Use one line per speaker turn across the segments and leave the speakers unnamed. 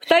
二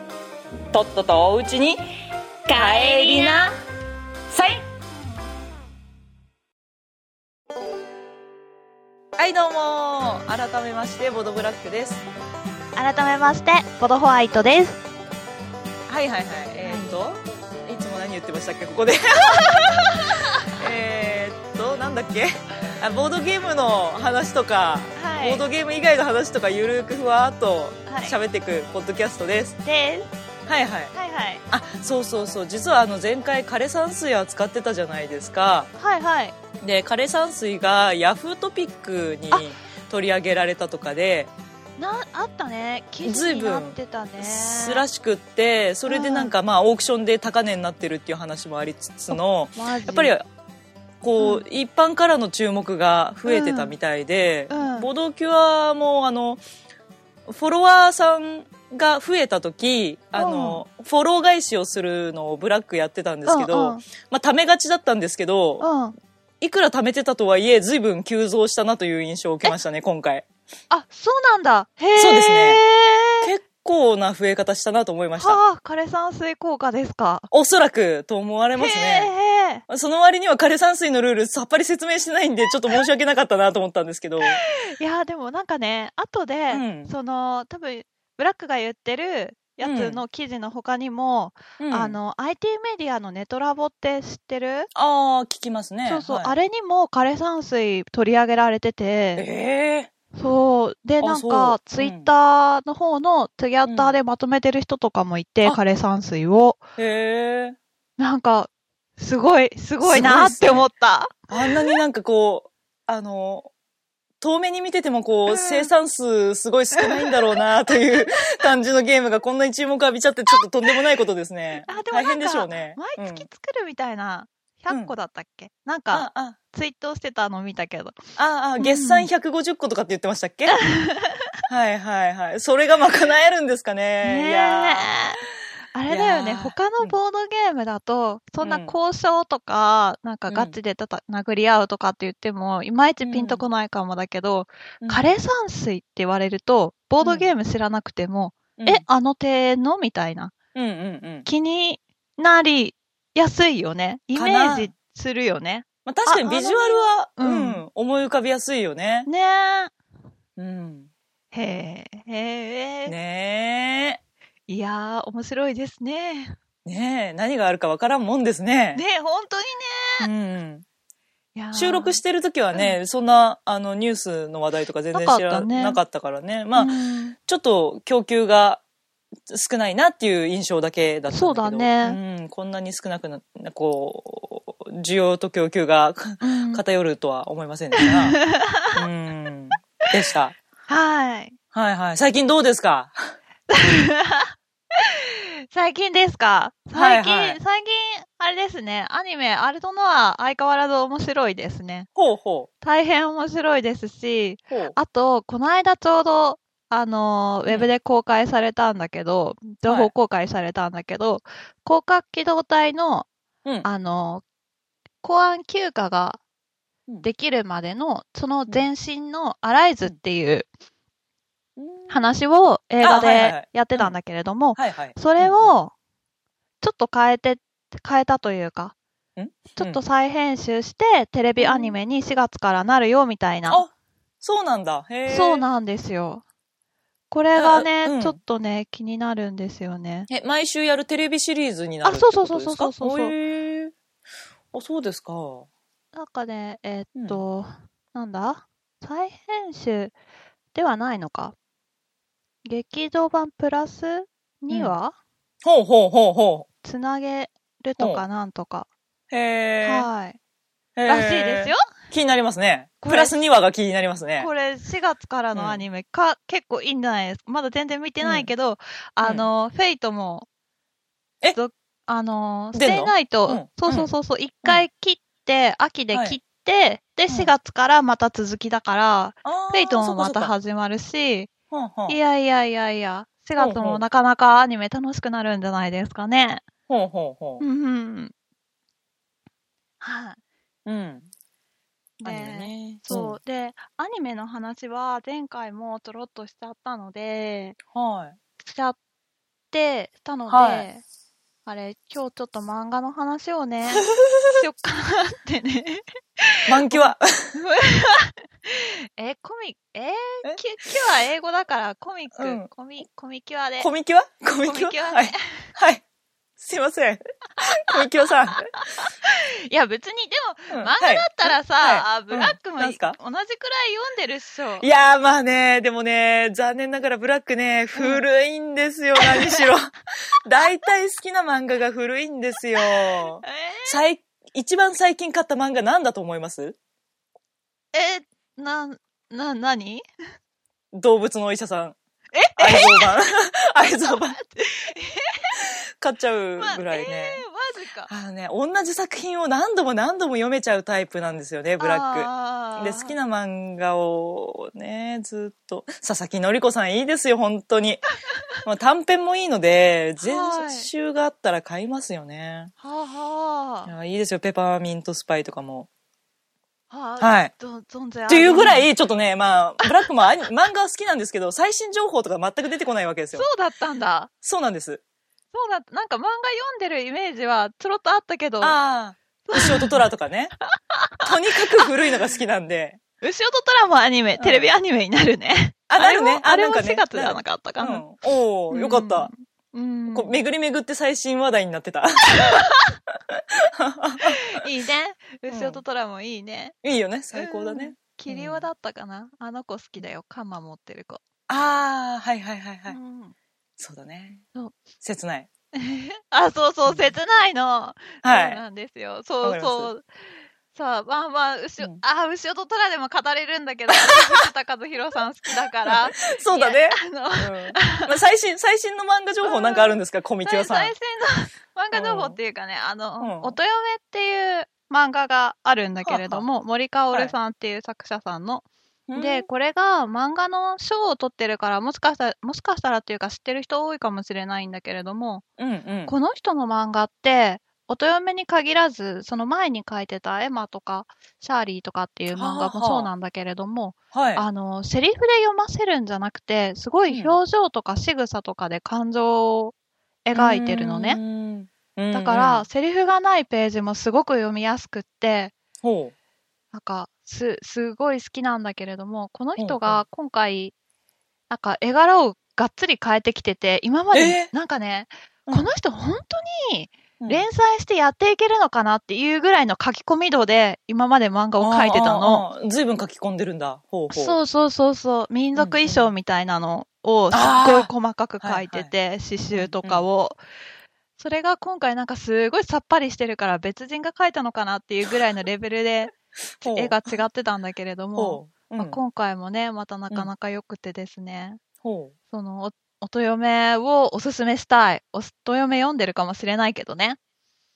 とっととおうちに帰りなさいはいどうも改めましてボードブラックです
改めましてボドホワイトです
はいはいはいえー、っと、い、つも何言ってましたっけここで えーっとなんだっけあボードゲームの話とか、
はい
ボードゲーム以外の話とかゆるくふわーっと
はい
喋ってくポッドキャストです
です
はいはい
はいはい
あそうそうそう実はあの前回枯山水扱ってたじゃないですか
はいはい
で枯山水がヤフートピックに
あ
取り上げられたとかで
なあったね記事になってたね
すらしくってそれでなんかまあオークションで高値になってるっていう話もありつつの
マジ
やっぱりこう、一般からの注目が増えてたみたいで、
うんうん
ボドキュアもあのフォロワーさんが増えた時あの、フォロー返しをするのをブラックやってたんですけど、
うんうん
まあ貯めがちだったんですけど、
うん
いくら貯めてたとはいえ随分急増したなという印象を受けましたね今回
あそうなんだへえ
そうですね結構な増え方したなと思いました
はあ枯山水効果ですか
おそらくと思われ
へ
ますね
え
その割には枯山水のルールさっぱり説明してないんでちょっと申し訳なかったなと思ったんですけど
いやでもなんかね後で、
うん
その多分ブラックが言ってるやつの記事の他にも、
うん
あの IT メディアのネトラボって知ってる
ああ、聞きますね。
そうそう、
はい
あれにも枯山水取り上げられてて、
え
そう。で、
あ
なん
そううん
か、ツイッターの方の、ツイッターでまとめてる人とかもいて、
あ
枯山水を。
ー、へえ。
なんか、すごい、すごいなー
すごいっ
っ
すね
て思った。
あんなになんかこう、 あの、遠目に見ててもこう、
うん
生産数すごい少ないんだろうなという 感じのゲームがこんなに注目浴びちゃってちょっととんでもないことですね。
あでも
大
なんか
変でしょうね。
毎月
うん
作るみたいな、100個だったっけ、なんか、
あ、あ、
ツイートしてたの見たけど。
あ、あ、月産
うん
150個とかって言ってましたっけはいはいはい。それがまかなえるんですかね。
ね
い
え
や
あれだよ
いや
ね、
ー
他のボードゲームだと、そんな
うん
交渉とか、なんかガチでたた殴り合うとかって言っても、いまいちピンとこないかもだけど、
ー
枯、山水って言われると、ボードゲーム知らなくても、
うん
え、あの庭園のみたいな。
うんうんうん。
気になりやすいよね。イ
かな
メージするよね。
まあ確かにビジュアルは、
ああの
う
ね
ん、思い浮かびやすいよね。
ねえ。
うん。
へえ、へえ、
ねえ。
いやー、面白いですね。
ねえ、何があるかわからんもんですね。
ねえ、本当にね
うん、
いやー。
収録してる時はね、そんなあのニュースの話題とか全然知
なからったね
なかったからね。まあ、
うん
ちょっと供給が少ないなっていう印象だけだったんだけど。
そうだね。
うん、こんなに少なくな、こう、需要と供給が
うん
偏るとは思いませんでした。うん。でした。
はい。
はいはい。最近どうですか
最近ですか最近、
はいはい
最近、あれですね。アニメ、アルトノア、相変わらず面白いですね。
ほうほ
大変面白いですし、
う。ほう。
あと、この間ちょうど、あのー、ウェブで公開されたんだけど、情報公開されたんだけど、広角機動隊の、
うん。
あのー、公安休暇ができるまでの、その前身のアライズっていう話を映画
あはいはいはい
でやってたんだけれども、
はいはい。
それを、ちょっと変えて、変えたというか、
うん、
ちょっ
う
と
ん
再編集して、テレビアニメに4月からなるよ、みたいな。
あ、そうなんだ。へえ。
そうなんですよ。これがね、
うん
ちょっとね、気になるんですよね。
え、毎週やるテレビシリーズになる
あ
ってこと
そう
ですか
そうそうそうそうそうそう
へーあ、そうですか。
なんかね、えーっと、なんだ再編集ではないのか。劇場版プラスには
ほうほうほうほ
つなげるとかなんとか。
う。へー
はい。
へー
らしいですよ。
気になりますね。
こ
プ
れ
ラス2話が気になりますね。
これ4月から
うん
のアニメか、結構いいんじゃないですか。まだ全然見てないけど、あの、フェイトも
え
どあのー、ス
出んの
テイナイト、
うん
そうそうそうそう、一、回切って、秋で
はい
切って、で、
ん
4月からまた続きだから、
あー
ペイトン
そ
も
っかそ
ま
っか
た始まるし、
はんはん
いやいやいやいや、4
ほう
月もなかなかアニメ楽しくなるんじゃないですかね。
ほうほうほ
うんうん。はい。
う。うん。アニメ
で
ね。
そう、で、アニメの話は前回もちょろっとしちゃったので、
うん。はい。
しちゃって、したので、
はい
あれ、今日ちょっと漫画の話 をね、しよっかなってね。
満期は。
え、コミ、えー
え
キュ、キュア英語だからコミック、
うん
コミ、コミキュアで。
コミキはコミキ
コミキ
は
は
はい
ね。
はい。すいません。コミキは さん。
いや、別に、で
うん
も、漫画だったらさ、
はい
あブラックも、
うんなんす
同じく
から
い読んでるっしょ。
いやーまあね、でもね、残念ながらブラックね、古いんですよ、何しろ。大体好きな漫画が古いんですよ
え。
最、一番最近買った漫画なんだと思います
ー、えーな、な、なに
動物のお医者さん。え愛蔵 版。愛蔵版。買っちゃうぐらい
え
ね。
ー、マジか。
あのね、同じ作品を何度も何度も読めちゃうタイプなんですよね、ブラック。
ッ
で好きな漫画をねずっと佐々木のり子さんいいですよ本当 にまあ短編もいいので全
はい
集があったら買いますよね、
はあはあ
いや、いいですよペパーミントスパイとかも
はあ、
はい
ど存じ上げ
っていうぐら
ない
ちょっとねまあブラックもアニ漫画は好きなんですけど最新情報とか全く出てこないわけです
そ
よ
うだったんだ。
そうなんです
そうだった。なんか漫画読んでるイメージはちょろっとあったけど、
ああ牛音虎とか ねとにかく古いのが好きなんで
牛音トラもアニメ、
ん
テレビアニメになるね。
あなるね
あれも
なんかね
4月じゃなかったか
う
な。
ん、おおよかった、
うん。うん
こう巡り巡って最新話題になってた
いいね。
ん
牛音トラもいいね。
いいよね最高だね、
うん。キリオだったかなあの子好きだよ。カンマ持ってる子。
ああ、はいはいはいは
う
い。
ん
そうだね
そう。
切ない。
あ、そうそう、切ないの。
は
そ
い。
うなんですよ。そ
わか
う
ります
そう。さあ、まあまあ、牛、
うん
あ、牛音虎でも語れるんだけど、藤田和弘さん好きだ から。
そうだね。
あの、
うんまあ、最新、最新の漫画情報なんかあるんですかコミキュ
最
アさん
最。新の漫画情報っていうかね、あ
うん
の、音嫁っていう漫画があるんだけれども、森かおるさんっていう作者さん
う
の。
ん
で、、これが漫画の賞を取ってるから、もしかしたら、もしかしたらっていうか知ってる人多いかもしれないんだけれども、
うんうん。
この人の漫画って、音嫁に限らず、その前に書いてたエマとか、シャーリーとかっていう漫画もそうなんだけれども、
はい。
あの、セリフで読ませるんじゃなくて、すごい
うん
表情とか仕草とかで感情を描いてるの
う
ね。
ん。うん
だから、、セリフがないページもすごく読みやすくって、
ほ
なんか、す、すごい好きなんだけれども、この
ほうほう
人が今回、なんか絵柄をがっつり変えてきてて、今ま
え
で、なんかね、
うん
この人本当に
う。
連載してやっていけるのかなっていうぐらいの書き込み度で、今まで漫画を描いてたの。
の。ずいぶん書き込んでるんだ。ほうほう。
そうそうそうそう民族衣装みたいなのをすっごい細かく書いてて、刺繍とかを、それが今回なんかすごいさっぱりしてるから別人が書いたのかなっていうぐらいのレベルで
ほう
絵が違ってたんだけれども、
ほう。う
まあ、
ん
今回もねまたなかなか良くてですね、
ほ
そのお音嫁をおすすめしたいお音嫁読んでるかもしれないけどね
う。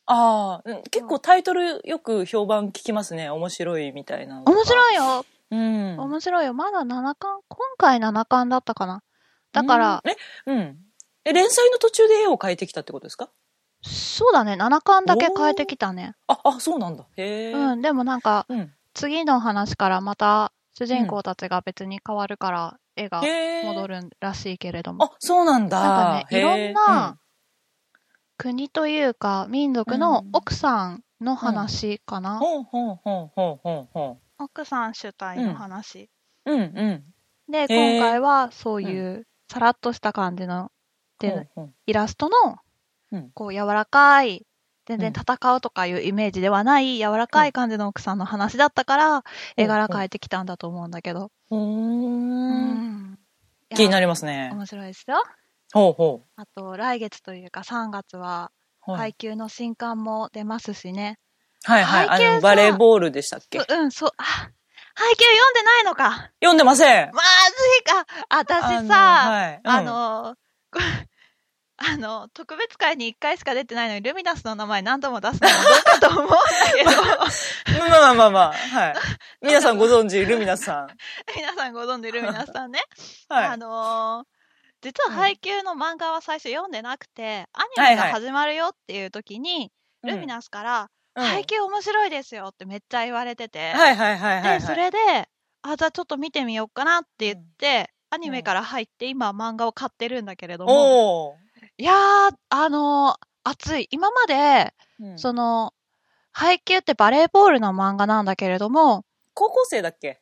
ああ、うん結構タイトルよく評判聞きますね。面白いみたいなのとか。
面白いよ、
うん。
面白いよまだ7巻今回7巻だったかなだから、
うん。え、うん。え、連載の途中で絵を描いてきたってことですか
そうだね7巻だけ変えてきたね
あ、あ、そうなんだ。へえ。
うん、でもなんか
うん。
次の話からまた主人公たちが別に変わるから絵が
へえ。
戻るらしいけれども、
あ、そうなんだ。
なんかね
へ
いろ
え
んな、国というか民族の奥さんの話か
う
な、
んほうほうほうほうほうほ
奥さん主体の話、
う。うんうん。
で
へえ
今回はそういうさらっとした感じので
ほうほう
イラストの
うん
こう柔らかい全然
うん
戦うとかいうイメージではない柔らかい感じの奥さんの話だったから絵柄変えてきたんだと思うんだけど、
ほーん。
いや
気になりますね。
面白いですよ。
ほうほ
あと、来月というか3月は、
う。は
配
い。
給の新刊も出ますしね。
はいはい。
配給
あの、
さ
バレーボールでしたっけ
ううん、そう、あ、配給読んでないのか。
読んでません。
まずいか。あ私
あの
さ、
はい。うん
あの、こ あの、特別会に1回しか出てないのに、ルミナスの名前何度も出すのもどうかと思うんだけど、
まあまあまあまあ、はい。皆さんご存知、ルミナスさん。
皆さんご存知ルミナスさんね。
は
あ
い。
のー実は
は
配給の漫画は最初読んでなくて、アニ
は
メ
い
が
はい
始まるよっていう時に、ルミナスから、
うん
配給面白いですよってめっちゃ言われてて、
はいはいはいはいはい。
で、それで、あ、じゃあちょっと見てみようかなって言って、アニメから入って今漫画を買ってるんだけれども、
おお。
いやー、あのー熱い。今まで、
うん
その、配給ってバレーボールの漫画なんだけれども、
高校生だっけ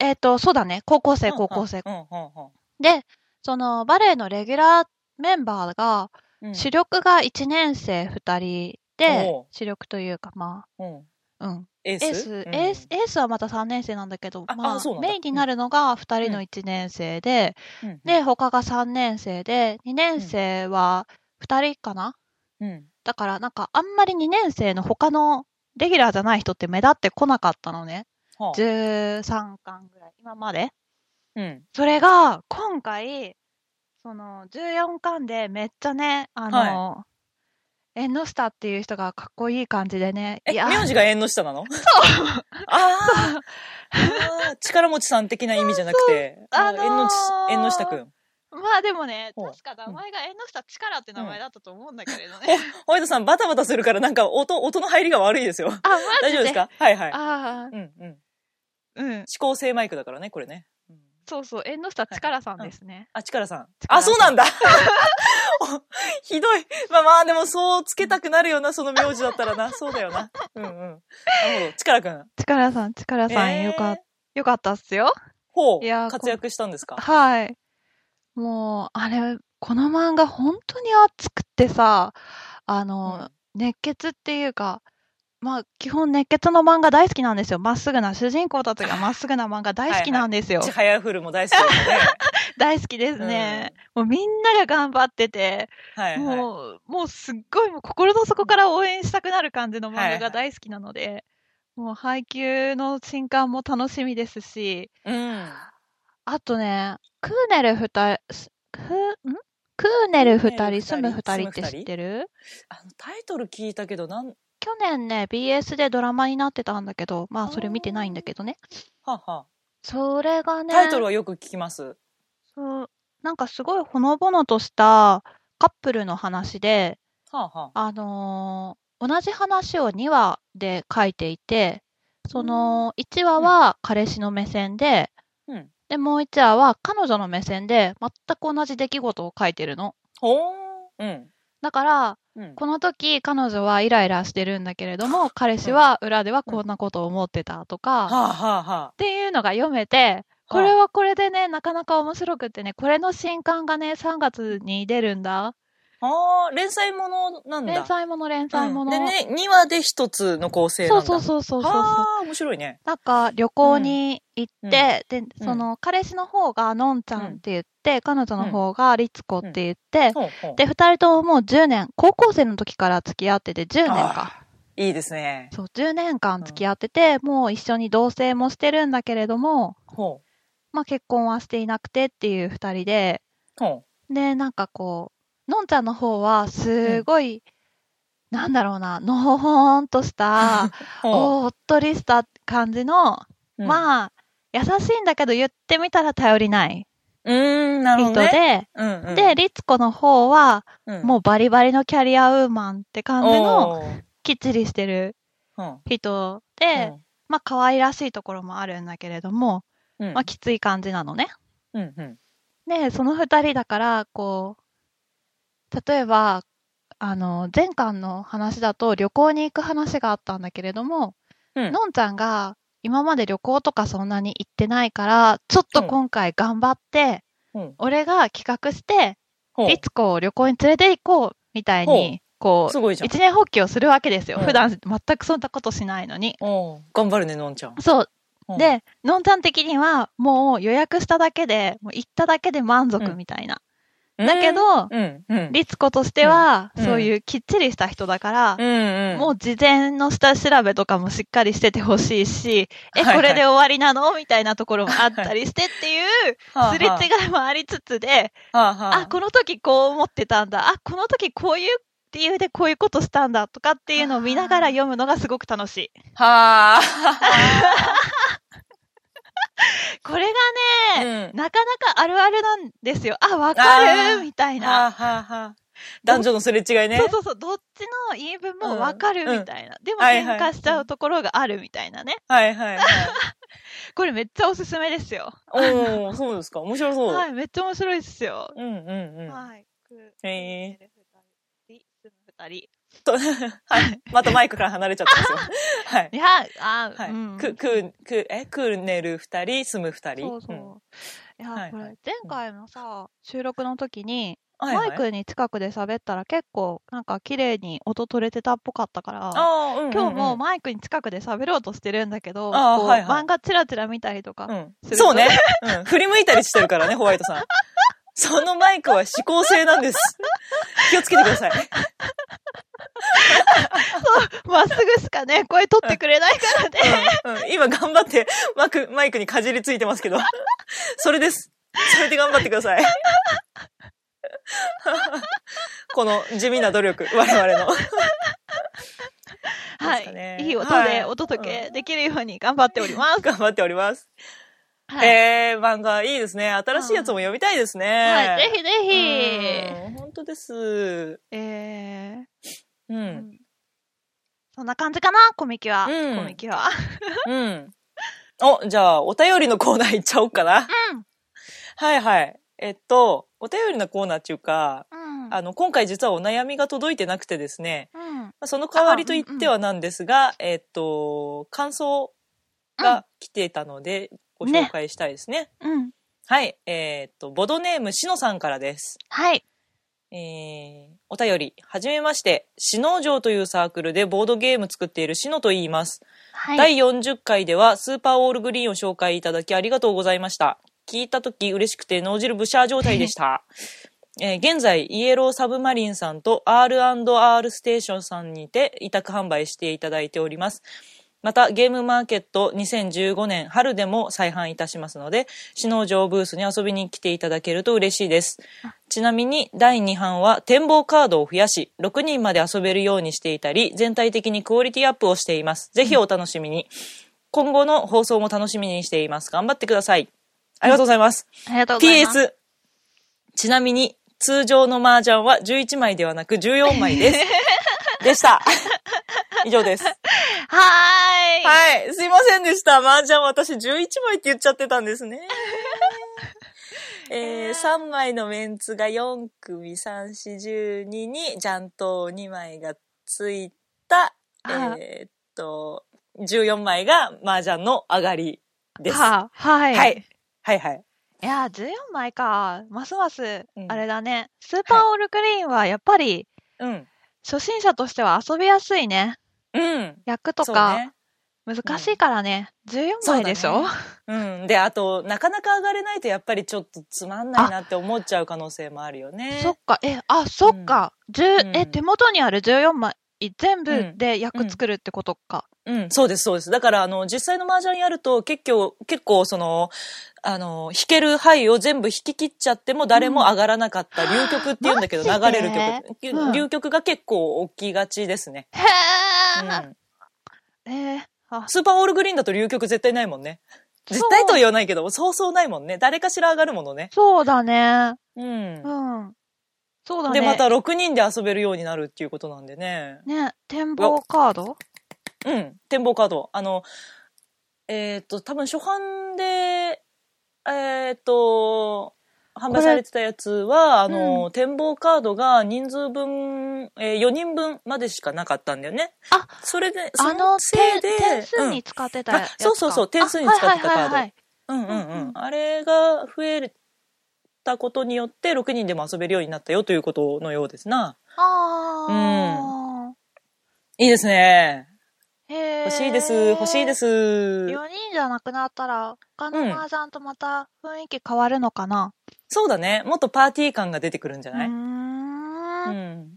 えっ、と、そうだね、高校生、高校生。
うんう
で、その、バレエのレギュラーメンバーが、
んうんうん。
主力が1年生2人で
おう、
主力というか、ま
うん
あ、うん。
エース
エース、エース、エースはまた3年生なんだけど、
あ
ま
あそう
あ、
なんだ
メインになるのが2人の1年生で、
うんうん
で、他が3年生で、2年生は2人かな
うん。
だから、なんか、あんまり2年生の他のレギュラーじゃない人って目立ってこなかったのね。
はあ
13巻ぐらい、今まで。
うん。
それが、今回、その、14巻でめっちゃね、あの、縁の下っていう人がかっこいい感じでね。
え、
いや、
名字が縁の下な のそうあーあー、力持ちさん的な意味じゃなくて、
そう
あー縁のち
あのー
縁の下くん。
まあでもね、
ほう
確か名前が縁の下力って名前だったと思うんだけれど
ほ
ね。
ホワイトさんバタバタするからなんか音、音の入りが悪いですよ。
あ、マジ
大丈夫ですかはいはい。
ああ、
うんうん。指
うん。
向性マイクだからね、これね。うん
そうそう、縁の下力さんですね。
あ、力さん。
力さん
あ、そうなんだ おひどい。まあまあ、でもそうつけたくなるよな、その名字だったらな。そうだよな。うんうん。なるほど。力くん。
力さん、力さん、よか
え
っ
ー
た。よかったっすよ。
ほう。
いやー
活躍したんですか
はい。もう、あれ、この漫画本当に熱くってさ、あの、熱血っていうか、まあ、基本熱血の漫画大好きなんですよ。まっすぐな、主人公た ちがまっすぐな漫画大好きなんですよ。
ちはやふるも大好きです ね。
大好きですね。もうみんなが頑張ってて、
はい、はい。
もう、もうすっごいもう心の底から応援したくなる感じの漫
はいは
画
い
が大好きなので、もう配給の新刊も楽しみですし、
うん。
あとね、クーネル二人、すふんクーネル
クー
二
ネル二
人、
人
住む二
住
人
む二人
って知ってる
あの、タイトル聞いたけど、なん、
去年ね、BS でドラマになってたんだけど、まあそれ見てないんだけどね。
はは。
それがね、
タイトルはよく聞きます。
そうなんかすごいほのぼのとしたカップルの話で、
はあ、はあ。
あのー同じ話を2話で書いていて、その1話は彼氏の目線で、
うん
で、もう1話は彼女の目線で全く同じ出来事を書いてるの。
ほーん。
だから、
うん。うん。
この時彼女はイライラしてるんだけれども、彼氏は裏ではこんなことを思ってたとか、っ
はあ、はあ、は
ていうのが読めて、これはこれでね、なかなか面白くってね、これの新刊がね、3月に出るんだ。
あ。ああ、連載ものなんだ。
連載もの、連載もの。
うんでね、2話で一つの構成なん
そう
だ。
そうそうそうそうそう。
ああ、面白いね。
なんか旅行に行って、で、
うん
その彼氏の方がのんちゃんって言って、彼女の方がりつこって言って、
ほうほう
で、二人とももう10年、高校生の時から付き合ってて10年か。
いいですね。
そう、10年間付き合ってて、もう一緒に同棲もしてるんだけれども、
ほう。
まあ結婚はしていなくてっていう二人で、
ほ
で、なんかこう、のんちゃんの方はすごい、なんだろうな、のほほん とした、
う。ほ
おーっとりした感じの、
う。あ。
まあ、優しいんだけど言ってみたら頼りないう
ーん、なる
人
ほどね。
で、
うんうん、
で、リツコの方は、
うん、
もうバリバリのキャリアウーマンって感じの、
おー
きっちりしてる
うん、
人で、まあ、可愛らしいところもあるんだけれども、
うん、
まあ、きつい感じなのね。
うん、うん。
で、その二人だから、こう、例えば、あの、前巻の話だと旅行に行く話があったんだけれども、
うん
のんちゃんが今まで旅行とかそんなに行ってないから、ちょっと今回頑張って、
うん
俺が企画して、
ほう
いつこを旅行に連れて行こう、みたいに、こ
す
う、
ごいじゃん。
一年放棄をするわけですよ。
うん
普段全くそんなことしないのに。
おー頑張るね、のんちゃん。
そう。
うん、
で、のんちゃん的には、もう予約しただけで、もう行っただけで満足みたいな。だけど、
うん、うん。
律子としては、
うん
そういうきっちりした人だから、
うん、うん。
もう事前の下調べとかもしっかりしててほしいし、
は
え、
いはい
これで終わりなのみたいなところもあったりしてっていう、
はあ、
すれ違いもありつつで、
はあはあ
あ、この時こう思ってたんだ、あ、この時こういう理由でこういうことしたんだとかっていうのを見ながら読むのがすごく楽しい。
は
これ
あ。
がね、
うん
なかなかあるあるなんですよ。あ、わか
あー
るみたい
は
な。
あはあはあ。男女のすれ違いね。
そうそうそう、どっちの言い分もわかるみたいな。でも
はいは
喧
い
嘩しちゃうところがあるみたいなね。
はいはいはい。
これめっちゃおすすめですよ。
おお、そうですか。面白そう。
はい、めっちゃ面白いですよ。
うんうんうん。
はい。
へ
え。二人。
と、はい。またマイクから離れちゃったん ですよ。はい
い。や、あ、
はい
うん。
く、く、く、え、くねる二人、住む二人。
そうそう。いや、
はい
これ
はい
前回のさ、収録の時に、
うん。はい、はい。
マイクに近くで喋ったら結構なんか綺麗に音取れてたっぽかったから、
ああ、うんうんうん。
今日もマイクに近くで喋ろうとしてるんだけど、
あー
こう
はいはい
漫画チラチラ見たりとか、
うん。そうね。うん。 振り向いたりしてるからね、ホワイトさん。そのマイクは指向性なん です。気をつけてください。
まっすぐしかね、声取ってくれない からね。
うんうん今頑張ってマクマイクにかじりついてますけど。それです。それで頑張ってください。 この地味な努力、我々の。 そ
は
うですかね
い。いい音
は
で
い
お届けできるように頑張っております。
頑張っております。
はい。
えー、漫画いいですね。新しいやつも読みたいですね。
はい、ぜひぜひ。
うん本当です。
え
う。
ーうんんそんな感じかな、コミキは。
うん
コミキは。
うん。お、じゃあ、お便りのコーナー行っちゃおうかな。
うん
はいはい。えっと、お便りのコーナーっていうか、
うん。
あの、今回実はお悩みが届いてなくてですね、
うん。
まあその代わりと言ってはなんですが、えっと、感想が来てたので、ご紹介したいですね。
うん。
はい。えっと、ボドネームしのさんからです。
はい。
えーお便り、はじめまして、しの城というサークルでボードゲーム作っているしのと言います。
はい。
第40回ではスーパーオールグリーンを紹介いただきありがとうございました。聞いた時嬉しくて脳汁ブシャー状態でした。 えー現在、イエローサブマリンさんと R&R ステーションさんにて委託販売していただいております。また、ゲームマーケット2015年春でも再販いたしますので、首脳城ブースに遊びに来ていただけると嬉しいです。ちなみに第2版は展望カードを増やし、6人まで遊べるようにしていたり、全体的にクオリティアップをしています。ぜひお楽しみに。今後の放送も楽しみにしています。頑張ってください。ありがとうございます。
ありがとうございます。
PS、ちなみに通常の麻雀は11枚ではなく14枚 です。でした。以上です。
はーい。
はい。すいませんでした。麻雀私11枚って言っちゃってたん ですね。えー、3枚のメンツが4組3412にジャンと2枚がついた、
はあ
えーっと、14枚が麻雀の上がりです。は
はあ、はい。
い。はいはい。
いやー、14枚か。ますます
う、ん
あれだね。スーパーオールグリーンはやっぱり、
うん。
初心者としては遊びやすいね。
うん。
役と
そう
か、
ね
難しいからね。14枚でしょ
うん、であとなかなか上がれないとやっぱりちょっとつまんないなって思っちゃう可能性もあるよね。
そっか。え、あ、そっか。10
うん
え、手元にある14枚全部で
う
役
ん
作るってことか。
うん、そうですそうです。だからあの実際の麻雀やると結構結構そのあの弾ける範囲を全部弾き切っちゃっても誰も上がらなかった流曲って言うんだけど流
マジで
れる曲、
うん
流曲が結構起きがちですね。
へ
う
ー
ん
えーあ、
スーパーオールグリーンだと流曲絶対ないもんね。絶対とは言わないけどそうそうないもんね。誰かしら上がるものね。
そうだね。
うん
う。ん。そうだね。
でまた6人で遊べるようになるっていうことなんでね。
ね、展望カード
うん、展望カード。あの、えっ、と、多分初版で、えっ、と、販
これ
売されてたやつは、あの、
う
展望カードが人数分、えー、4人分までしかなかったんだよね。
あ、
それで、そ
あの、
せ
点
いで、
点数に使ってたやつか
あそうそうそう点数に使ってたカード
あはいはいはいはい
うん、うんうんうん
うんうん
あれが増えたことによって、6人でも遊べるようになったよということのようですな。
あ
いいですね。
ー。へー
欲しいです。欲しいで。す。
4人じゃなくなったら、他の
うん
麻雀とまた雰囲気変わるのかな
そうだね。もっとパーティー感が出てくるんじゃ
う
ない、うん
ーん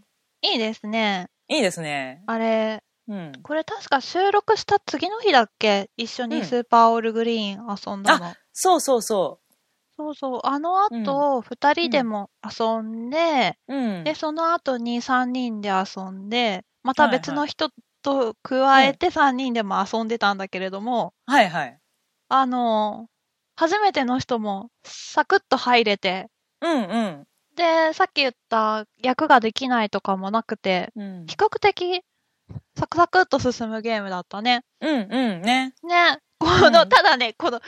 いいですね。
いいですね。
あれ、
うん。
これ確か収録した次の日だっけ一緒
うん
にスーパーオールグリーン遊んだの。
そうそうそ
そうそう。あの後、二人でも遊んで、
う。うん。
で、その後に三人で遊んで、また
はいはい
別の人と加えて三人でも遊んでたんだけれども、
はいはい。
あの、初めての人もサクッと入れて、
うんうん
で、さっき言った役ができないとかもなくて、
うん
比。較的サクサクっと進むゲームだったね。
うんうん ね。
ね、この、ただね、この、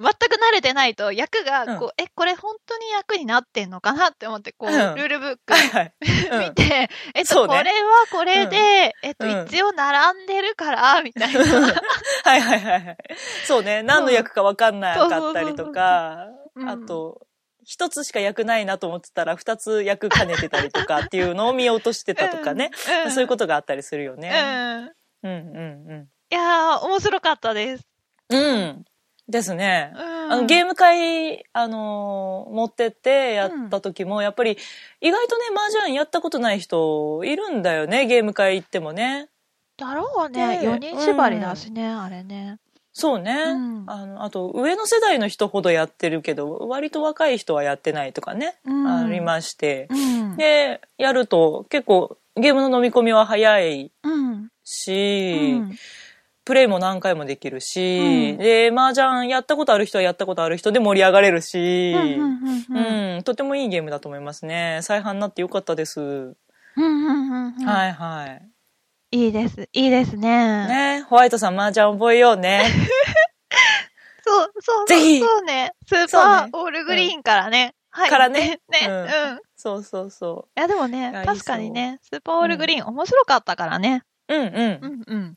全く慣れてないと役がこう、え、これ本当に役になってんのかなって思って、こう、
うん
ルールブック
はいはい。うん
見て、えっ
そ
と、
うね
これはこれで、えっと、
うん
一応並んでるから、みたいな。
はいはいはいはい。そうね。何の役か分かんなかったりとか、
う ん
あと、一つしか役ないなと思ってたら、二つ役兼ねてたりと かっていうのを見落としてたとかね。
うん
そういうことがあったりするよね。うん
うん。
うん
いやー、面白かったです。
うん。うん。ですね
うん。。
あのゲーム会、あのー持ってってやった時も、やっぱり意外とね麻雀やったことない人いるんだよねゲーム会行ってもね
だろうね。
で
4人縛りだしね、あれね。
そうね、
うん
あのあと上の世代の人ほどやってるけど割と若い人はやってないとかね、
うん
ありまして
う、ん。
でやると結構ゲームの飲み込みは早い
うん。う
し、
ん。
プレイも何回もできるし、
うん
で麻雀やったことある人はやったことある人で盛り上がれるし、
うんうんうんうん
うん、とてもいいゲームだと思いますね。再販になってよかったです。
うんうんうん
はいはい。
いいです。いいですね。
ね、ホワイトさん麻雀覚えようね。
そう、そう、
ぜひ
そうね。スー
そう
パ
ね
ーオールグリーンからね。はい。
からね
ね、
う
うんん。い
そうそうそ
や、でも
いやい
ね
い、
確かにね、スーパーオールグリーン面白かったからね。
う。うんうん
う。んうん。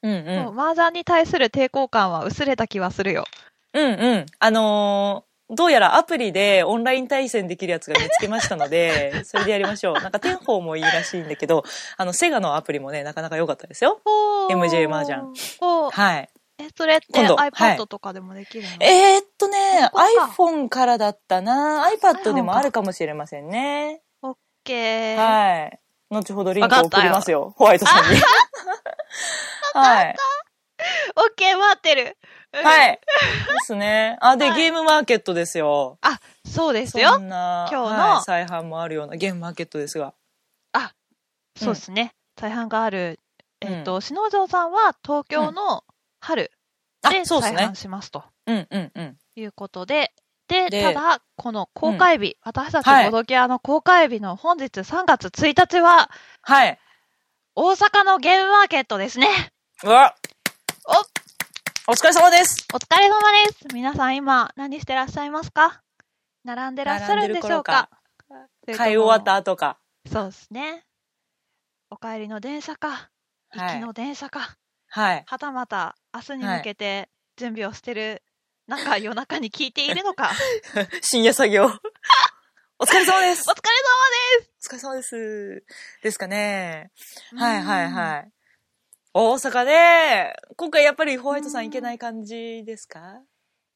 うんう
も
ん。
う、麻雀に対する抵抗感は薄れた気はするよ。
うんうん。あのーどうやらアプリでオンライン対戦できるやつが見つけましたの で、それでやりましょう。なんか天宝もいいらしいんだけど、あの、セガのアプリもね、なかなか良かったですよ。
ほー
MJ 麻雀。
ほー
はい。
え、それって
今度はい
iPad とかでもできるの
えーっとね、
こか
iPhone からだったな。iPad でも
iPhone か
あるかもしれませんね。
オッケー。
はい。後ほどリンク
わかっ
送
たよ
りますよ。ホワイトさんに。はい。
オッケー、待ってる。うん
はい。ですね。あ、で、
はい
ゲームマーケットですよ。
あ、そうです
そ
よ。
んな、
今日の
はい再販もあるようなゲームマーケットですが。うん
そうですね。大半がある。えっと、篠城さんは東京の春
あ
で、
そう
再
ですね
販しますと。
うんうんうん。
いうことで、で、
で
ただ、この公開日、私たち
はい
ボドキアの公開日の本日3月1日は、
はい。
大阪のゲームマーケットですね。
うわ
お、
お疲れ様です
お疲れ様です。皆さん今、何してらっしゃいますか並んでらっしゃるんでしょうかそれとも
買い終わった後か。
そうですね。お帰りの電車か、
は
行き
い。
の電車か、
はい。
はたまた明日に向けて準備をしてる、なんか夜中に聞いている のか。
深夜 作業。お疲れ様です
お疲れ様です
お疲れ様です。ですかね。
うん
はいはいはい。大阪で、今回やっぱりホワイトさん行けない感じですか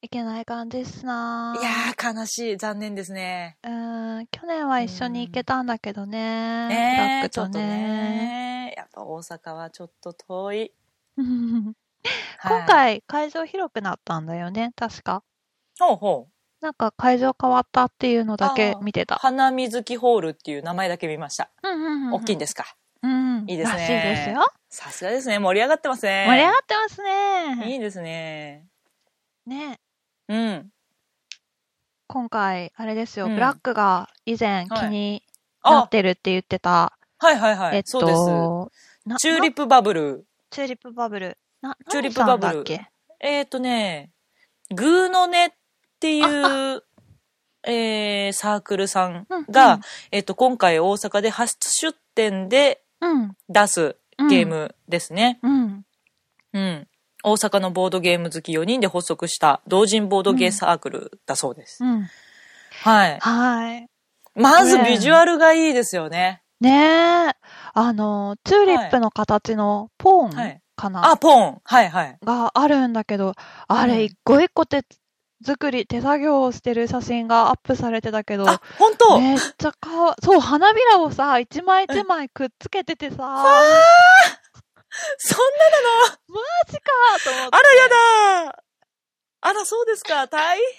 いけない感じですない
やー、悲しい。残念ですね。
うーん去年は一緒に行けたんだけどね。
ね
ブラッ
え、
ク
ちょ
と
っと
ね。
ね。やっぱ大阪はちょっと遠い。
うん
はい
今回会場広くなったんだよね、確か。
ほうほう。
なんか会場変わったっていうのだけ見てた。
花水木ホールっていう名前だけ見ました。
うんうんうん、
大きいん
で。
ですか。
うん、
いいですね
らしいですよ。
さすがですね。盛り上がってますね。
盛り上がってますね。
いいですね。
ね
うん。
今回、あれですよ、
うん
ブラックが以前気に
あ
なっ、てるって言ってた、
はいはいはい。
えっ
そうで
と、な
す。チューリ
な
ップバブル。
チューリップバブル。な
チューリップバブル
何さんだっけ
えっ、とね、グーの音っていう、えー、サークルさんが、
うんうん
えっ、と、今回大阪で初出展で
うん。
出す
うん
ゲー。ムですね。
うん。
うん。大阪のボードゲーム好き4人で発足した同人ボードゲーサークルだそうです。
うん。
はい。
はい。
まずビジュアルがいいですよね。
ねえ。あの、チューリップの形のポーンかな、
あ、ポン。はいはい。
があるんだけど、あ
うん
れ一個一個手作り、手作業をしてる写真がアップされてたけど、
あ、本当、
めっちゃかわ、そう、花びらをさ、一枚一枚くっつけててさ、
そん
マ
ななの
ジかと思って。
あらやだあら、そうですか。大変で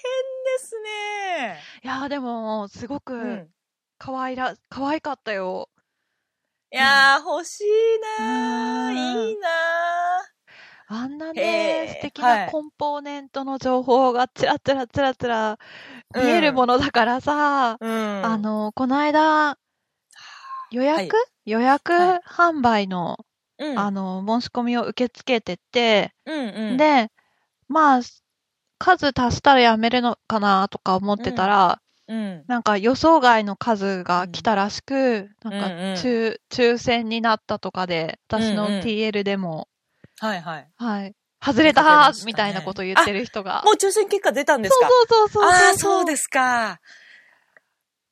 すね。
いやーでも、すご
う
く
ん。
可愛ら、可愛かったよ。
いやー、欲しいな
うん
ー。いいな
あんな
へ
ね
ー、
素敵
は
ないコンポーネントの情報がチラチラチラチラ
う
見
ん
えるものだから
ー。
さ、
うん。
あ、の、この間、予約、
はい
予約
はい
販売の、
うん、
あの、申し込みを受け付けてて、
うんうん。、
で、まあ、数足したらやめるのかなとか思ってたら、
うん。
なんか予想外の数が来たらしく、
う
なん
んうん
か抽、抽選になったとかで、私の
うんうん
TL でも、
はいはい。
はい、外れた
出てましたね
ーみたいなこと言ってる人が。
もう抽選結果出たんです
そ
か
うそうそうそう。
ああ、そうですか。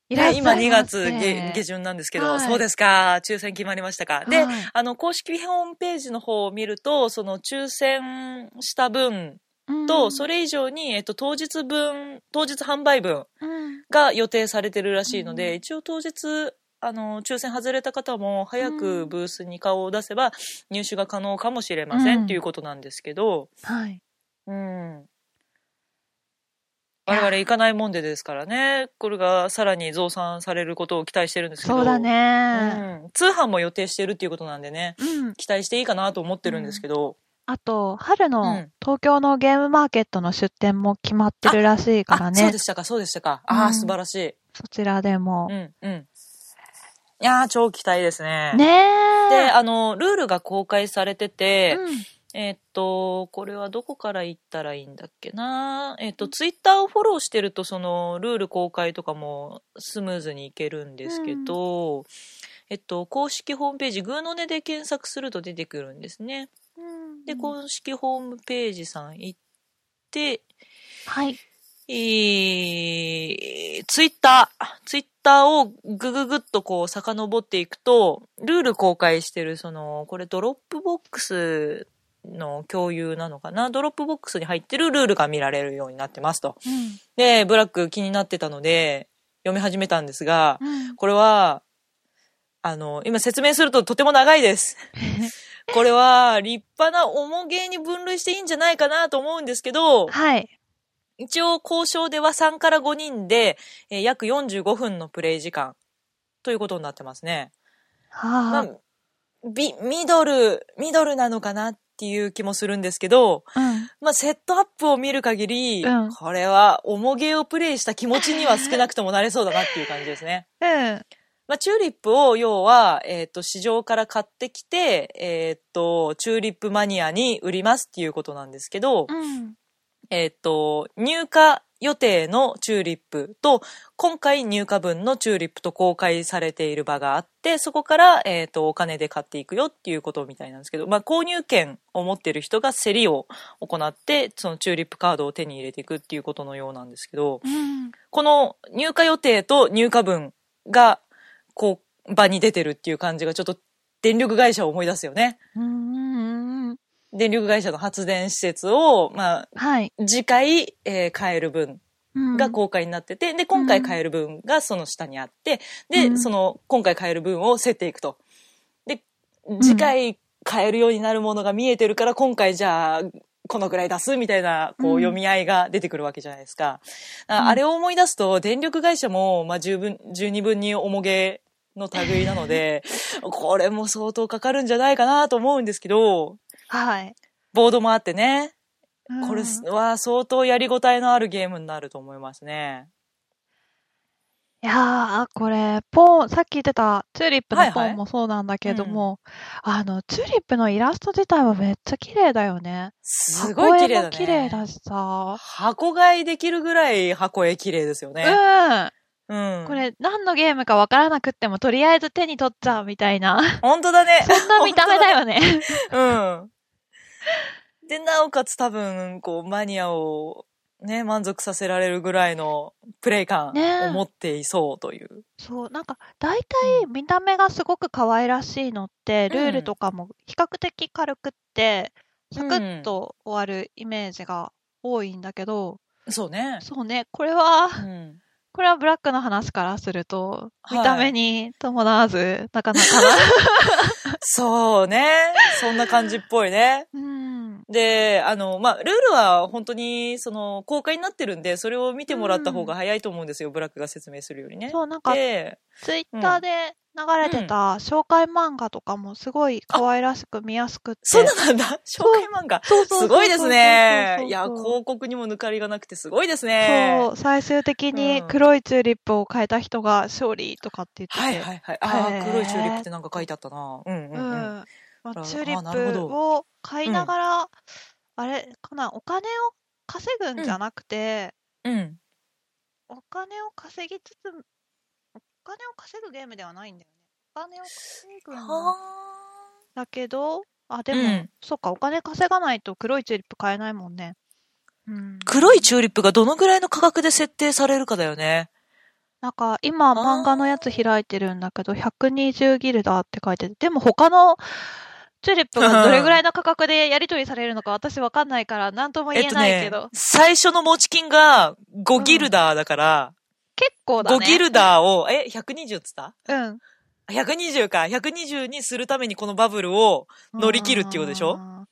いらっしゃいま
今
せ。
2月下下旬なんですけど、
はい
そうですか。抽選決まりましたか。で、
はい
あの、公式ホームページの方を見ると、その抽選した分
うん
と、それ以上に、えっと、当日分、当日販売分
うん
が予定されてるらしいので、
うん
一応当日、あの、抽選外れた方も早
う
く
ん
ブースに顔を出せば入手が可能かもしれません、
うん
っていうことなんですけど、
はい。
うん。我々行かないもんでですからね、これがさらに増産されることを期待してるんですけど。
そうだね。
うん。通販も予定してるっていうことなんでね、
うん。
期待していいかなと思ってるんですけど。
あと、春
う
の
ん
東京のゲームマーケットの出店も決まってるらしいから
あ、そう
ね
で。したか、そうでしたか。ああ、
うん
素晴らしい。
そちらでも
う。ん、うん。いやー、超期待ですね。
ね
で、
え。
あの、ルールが公開されてて、
うん
えっと、これはどこから行ったらいいんだっけな。えっと、ツイッターをフォローしてると、その、ルール公開とかもスムーズにいけるんですけど、えっと、公式ホームページ、グーの音で検索すると出てくるんですね。で、公式ホームページさん行って、
はい。
えー、ツイッター、ツイッターをぐぐぐっとこう遡っていくと、ルール公開してる、その、これドロップボックスの共有なのかなドロップボックスに入ってるルールが見られるようになってますと。
うん
で、ブラック気になってたので、読み始めたんですが、
うん
これは、あの、今説明するととても長いです。これは立派な重芸に分類していいんじゃないかなと思うんですけど、
はい。
一応交渉では3から5人で、えー約45分のプレイ時間ということになってますね。ま
は
あ、ビミドル、ミドルなのかなっていう気もするんですけど、
あ。うん。
まあ、セットアップを見る限り、
うん
これは重げをプレイした気持ちには少なくともなれそうだなっていう感じですね。
うん。
まあ、チューリップを要は、えーっと市場から買ってきて、えーっとチューリップマニアに売りますっていうことなんですけど、
うん。
えーっと入荷予定のチューリップと今回入荷分のチューリップと公開されている場があってそこから、えーっとお金で買っていくよっていうことみたいなんですけど、まあ、購入権を持ってる人が競りを行ってそのチューリップカードを手に入れていくっていうことのようなんですけど。
うん。
この入荷予定と入荷分が、こう、場に出てるっていう感じが、ちょっと電力会社を思い出すよね。
うん。うん
電力会社の発電施設を、まあ、
はい。
次回、えー買える分
うん
が公開になってて、で、今回買える分がその下にあって、で、
うん
その、今回買える分を競っていくと。で、次回買えるようになるものが見えてるから、今回じゃあ、このくらい出すみたいな、こ
う
う、
ん
読み合いが出てくるわけじゃないですか。
うん
ああれを思い出すと、電力会社も、まあ、十分、十二分に重げの類いなの で、これも相当かかるんじゃないかなと思うんですけど、
はい。
ボードもあってね、これ
うんい
は相当やりごたえのあるゲームになると思いますね。
やー、これ、ポーン、さっき言ってたチューリップ
は
の
い
ポ
はい
ーンもそうなんだけども、あの、チューリップのイラスト自体はめっちゃ綺麗だよね。
すごい綺麗だね。
箱絵も綺麗だしさ。
箱買いできるぐらい箱絵綺麗ですよね。うん。
うん。こ。れ、何のゲームかわからなくっても、とりあえず手に取っちゃうみたいな。
本当だね。
そんな見た目だよね。
うん。で、なおかつ多分、こう、マニアをね、満足させられるぐらいのプレイ感
ね
を持っていそうという。
そう、なんか、大体見た目がすごく可愛らしいのって、ルールとかも比較的軽くって、サクッと終わるイメージが多いんだけど、
そうね。
そうね、これは、
うん。
これはブラックの話からすると、
はい
見た目に伴わず、なかなか
そうね。そんな感じっぽいね。
な。うん。
で、あの、まあ、ルールは本当に、その、公開になってるんで、それを見てもらった方が早いと思うんですよ、ブラックが説明するよりね。
そう、なんか、
で、
ツイッターで流れてた紹介漫画とかもすごい可愛らしく見やすくって。
そうなんだ、紹介漫画。
そうそうそうそう
すごいですね。いや、
そうそう
広告にも抜かりがなくてすごいですね。
そう、最終的に
うん
黒いチューリップを変えた人が勝利とかって言ってて。
はいはいはい。あ
へ
あ、
ー
黒いチューリップってなんか書いてあったな。うんうん
う
うん。
んま
あ
あ、チューリ
なるほ
ップ
ど
を買いながら、あれかな、お金を稼ぐんじゃなくて、
うん。
お金を稼ぎつつ、お金を稼ぐゲームではないんだよね。お金を稼ぐんだけど、あ、でも、
うん
そっか、お金稼がないと黒いチューリップ買えないもんね。うん、
黒いチューリップがどのぐらいの価格で設定されるかだよね。
なんか今漫画のやつ開いてるんだけど120ギルダーって書いててでも他のチューリップがどれぐらいの価格でやり取りされるのか私わかんないから何とも言えないけど、
最初の持ち金が5ギルダーだから、
結構だ
5
ね
ギルダーを、え、120っつった
うん
あ ?120 か。120にするためにこのバブルを、乗り切るってことでしょ
あ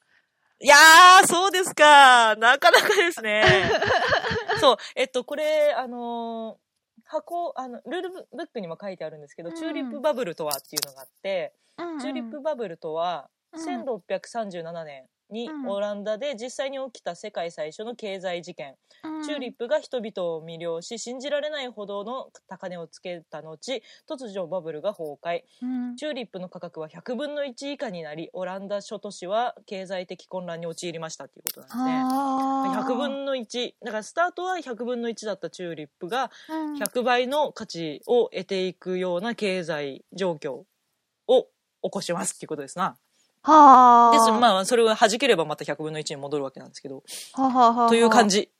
いやー、そうですか。なかなかです ね。そう、えっと、これ、あのー箱、あの、ルールブックにも書いてあるんですけど、
うん
チューリップバブルとはっていうのがあって、
ーうんうん
チューリップバブルとは、
うん
1637年に
うん
オランダで実際に起きた世界最初の経済事件、
うん
チューリップが人々を魅了し、信じられないほどの高値をつけた後、突如バブルが崩壊。
うん
チューリップの価格は100分の1以下になり、オランダ諸都市は経済的混乱に陥りましたっていうことなんですね。
あー
100分の1。だからスタートは100分の1だったチューリップが
うん
100倍の価値を得ていくような経済状況を起こしますっていうことですな。
はあ
です。まあ、それを弾ければまた100分の1に戻るわけなんですけど、
ははは
という感
じ
じ。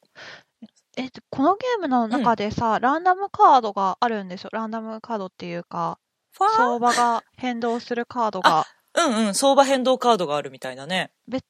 えっとこのゲームの中でさ、ランダムカードがあるんでしょランダムカードっていうか
ファ
相場が変動するカードが
うんうん、相場変動カードがあるみたいだね。
別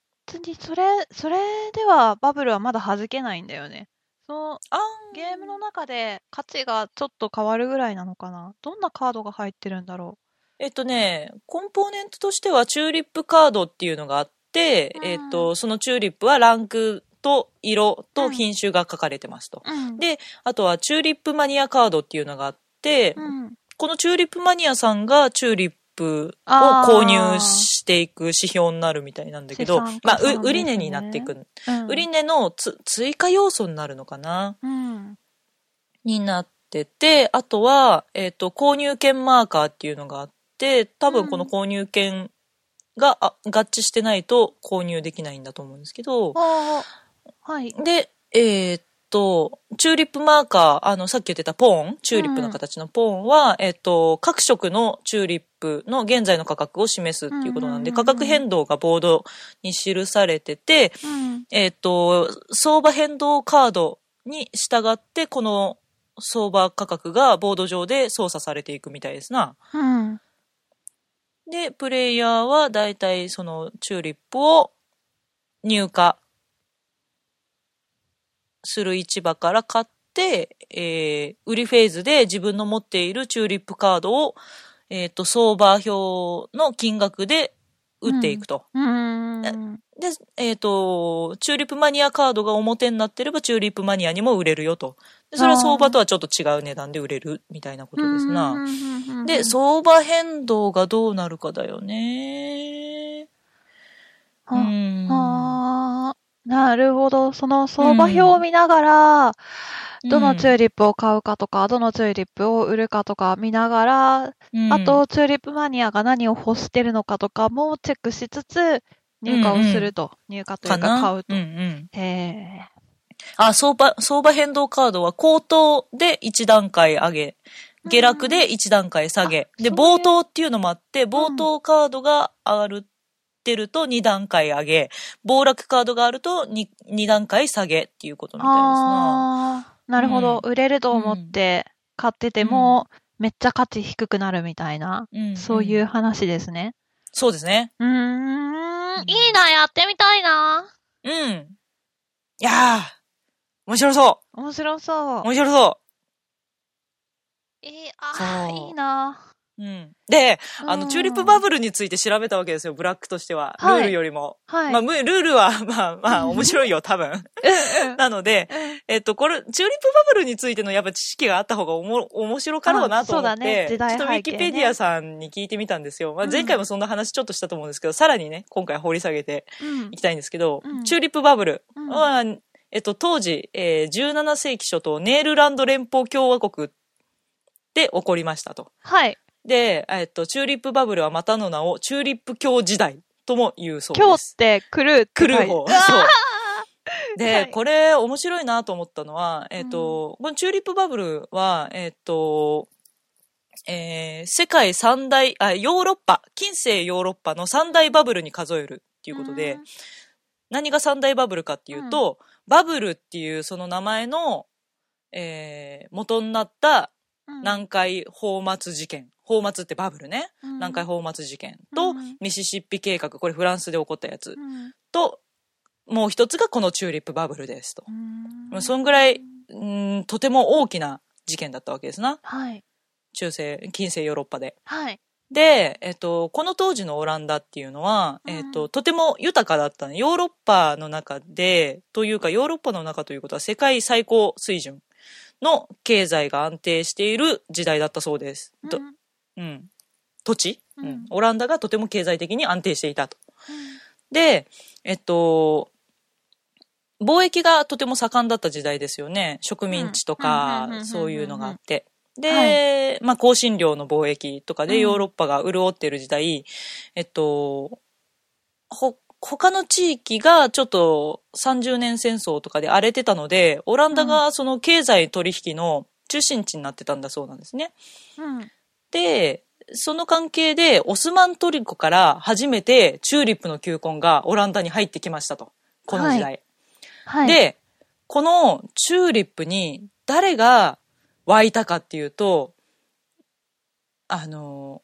にそれ、それではバブルはまだ弾けないんだよね。そ
あ
のゲームの中で価値がちょっと変わるぐらいなのかな。どんなカードが入ってるんだろ
えっとね、コンポーネントとしてはチューリップカードっていうのがあって、
うん
えっと、そのチューリップはランクと色
う
と
ん
品種が書かれてますと。
う。うん
で、あとはチューリップマニアカードっていうのがあって、
うん。
このチューリップマニアさんがチューリップを
あー
購入していく指標になるみたいなんだけど
資産、
まあ、
家さんですね
う売り値になっていく。
うん。
売り値のつ追加要素になるのかな
うん。
になってて、あとは、えっ、と、購入券マーカーっていうのがあって、多分この購入券が、あ合致してないと購入できないんだと思うんですけど、
ああ、はい。
で、えっと、チューリップマーカー、あの、さっき言ってたポーン、チューリップの形のポーンは、えっと、各色のチューリップの現在の価格を示すっていうことなんで、
うん
価格変動がボードに記されてて、
うん。
えっ、と、相場変動カードに従って、この相場価格がボード上で操作されていくみたいですな。
うん。
で、プレイヤーはだいたいそのチューリップを入荷する市場から買って、えー売りフェーズで自分の持っているチューリップカードを、えっ、と、相場表の金額で売っていくと。
うん。
で、えっ、と、チューリップマニアカードが表になってれば、チューリップマニアにも売れるよと。で、それは相場とはちょっと違う値段で売れるみたいなことですな。
な
で、相場変動がどうなるかだよね。う
うん。
ん。
ああ、なるほど。その相場表を見ながら、
うん
どのチューリップを買うかとか、どのチューリップを売るかとか見ながら、
うん
あと、、チューリップマニアが何を欲してるのかとかもチェックしつつ、入荷をすると。入荷とい
か
うか、
な
買うと。
うんう
へ
ん。
え。
あ、相場、相場変動カードは高騰で1段階上げ、下落で1段階下げ。
あ
で、
そういう
冒頭っていうのもあって、冒頭カードが上がってると2段階上げ、暴落カードがあると 2, 2段階下げっていうことみたいですな。
ああ、なるほど。
う
売れると思って買ってても、めっちゃ価値低くなるみたいな、
うん。
そういううん話ですね。
そうですね。
うーん、いいな、やってみたいな。
うん。いやー。面白そ
面白そうう。
面白そ
えー、あー
そう
いいな。
ううん。で、あ
う
の、
ん
チューリップバブルについて調べたわけですよ、ブラックとしては。ル
はい
ールよりも。
はい。
まあ、むルールは、まあまあ、面白いよ、多分。
うんうん
なので、えっと、これ、チューリップバブルについてのやっぱ知識があった方がおも、面白かろうなと思
あ
っ
そうだ
て
ね、
ちょ
時
っ
代
とウィキ
背景ね
ペディアさんに聞いてみたんですよ。まあ、
うん
前回もそんな話ちょっとしたと思うんですけど、さらにね、今回掘り下げて
うん
いきたいんですけど、
うん
チューリップバブル
うん
は、えっと、当時、えー17世紀初頭、ネールランド連邦共和国で起こりましたと。
はい。
で、えっと、チューリップバブルはまたの名を、チューリップ教時代とも言うそうです。
今日って来るって書
来
いて
る方。 そう。 で、
はい
これ面白いなと思ったのは、えっ、と、このチューリップバブルは、えっ、と、えー世界三大、あ、ヨーロッパ、近世ヨーロッパの三大バブルに数えるっていうことで、
うん
何が三大バブルかっていうと、バブルっていうその名前の、えー元になった
うん
南海泡沫事件。泡沫ってバブルね。
うん
南海泡沫事件と、
うん
ミシシッピ計画、これフランスで起こったやつ
う。ん
と、もう一つがこのチューリップバブルですと。
うん
まあそんぐらい、うん、とても大きな事件だったわけですな。
はい。
中世、近世ヨーロッパで。
はい。
で、えっと、この当時のオランダっていうのは、
うん
えっと、とても豊かだったね。ヨーロッパの中で、というかヨーロッパの中ということは世界最高水準の経済が安定している時代だったそうです。と
うん
うん、土地、う
うん
ん、オランダがとても経済的に安定していたと。で、えっと、貿易がとても盛んだった時代ですよね。植民地と
うんうんうんうんうんう
か、
ん
そういうのがあって。で、まあ、香辛料の貿易とか
う
で
ん
ヨーロッパが潤ってる時代、えっと、ほ、他の地域がちょっと30年戦争とかで荒れてたので、オランダがその経済取引の中心地になってたんだそうなんですね。
うん
で、その関係でオスマントルコから初めてチューリップの球根がオランダに入ってきましたと。この時代。
はい。、
で、このチューリップに誰が湧いたかっていうと、あの、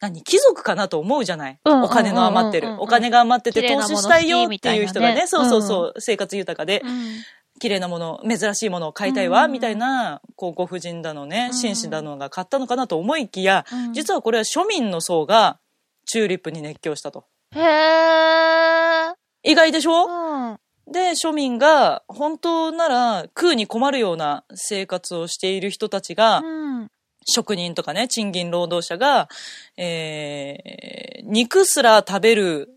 何貴族かなと思うじゃない、
うんうんうんうんうん
お金の余ってる。お金が余って
綺
て
麗
投
なも
資
の
したいよ
好き
っ
み
て
たいな
いう
ね
人がね、そうそうそうう、生活豊かで
う、ん
綺麗なもの、珍しいものを買いたいわ、
うん
みたいな、こう、ご婦人だのね、
うん
紳士だのが買ったのかなと思いきや、
うん
実はこれは庶民の層がチューリップに熱狂したと。
へー。
意外でしょ
うん。
で、庶民が本当なら食うに困るような生活をしている人たちが、
うん。
職人とかね、賃金労働者が、えー、肉すら食べる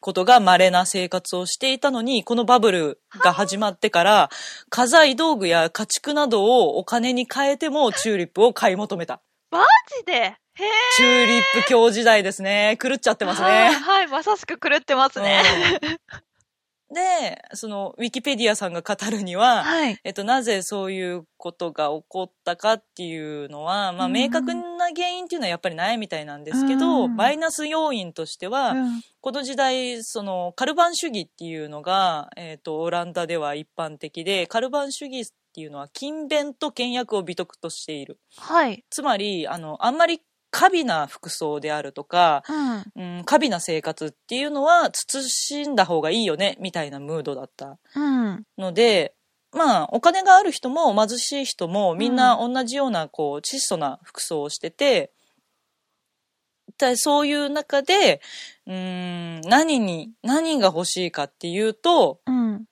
ことが稀な生活をしていたのに、このバブルが始まってから、家財道具や家畜などをお金に変えてもチューリップを買い求めた。
マジでへー。
チューリップ教時代ですね。狂っちゃってます
はい
ね。
はい、まさしく狂ってますね。
うんで、その、ウィキペディアさんが語るには、
はい。
えっと、なぜそういうことが起こったかっていうのは、まあ、
うん
明確な原因っていうのはやっぱりないみたいなんですけど、
うん
マイナス要因としては、
うん
この時代、その、カルバン主義っていうのが、えっと、オランダでは一般的で、カルバン主義っていうのは、勤勉と倹約を美徳としている。
はい。
つまり、あの、あんまり過敏な服装であるとか、
うん。
うん、過敏な生活っていうのは慎んだ方がいいよねみたいなムードだった
うん。
のでまあお金がある人も貧しい人もみんな同じようなこう質素な服装をしてて、だそういう中でうん何に何が欲しいかっていうと
うん。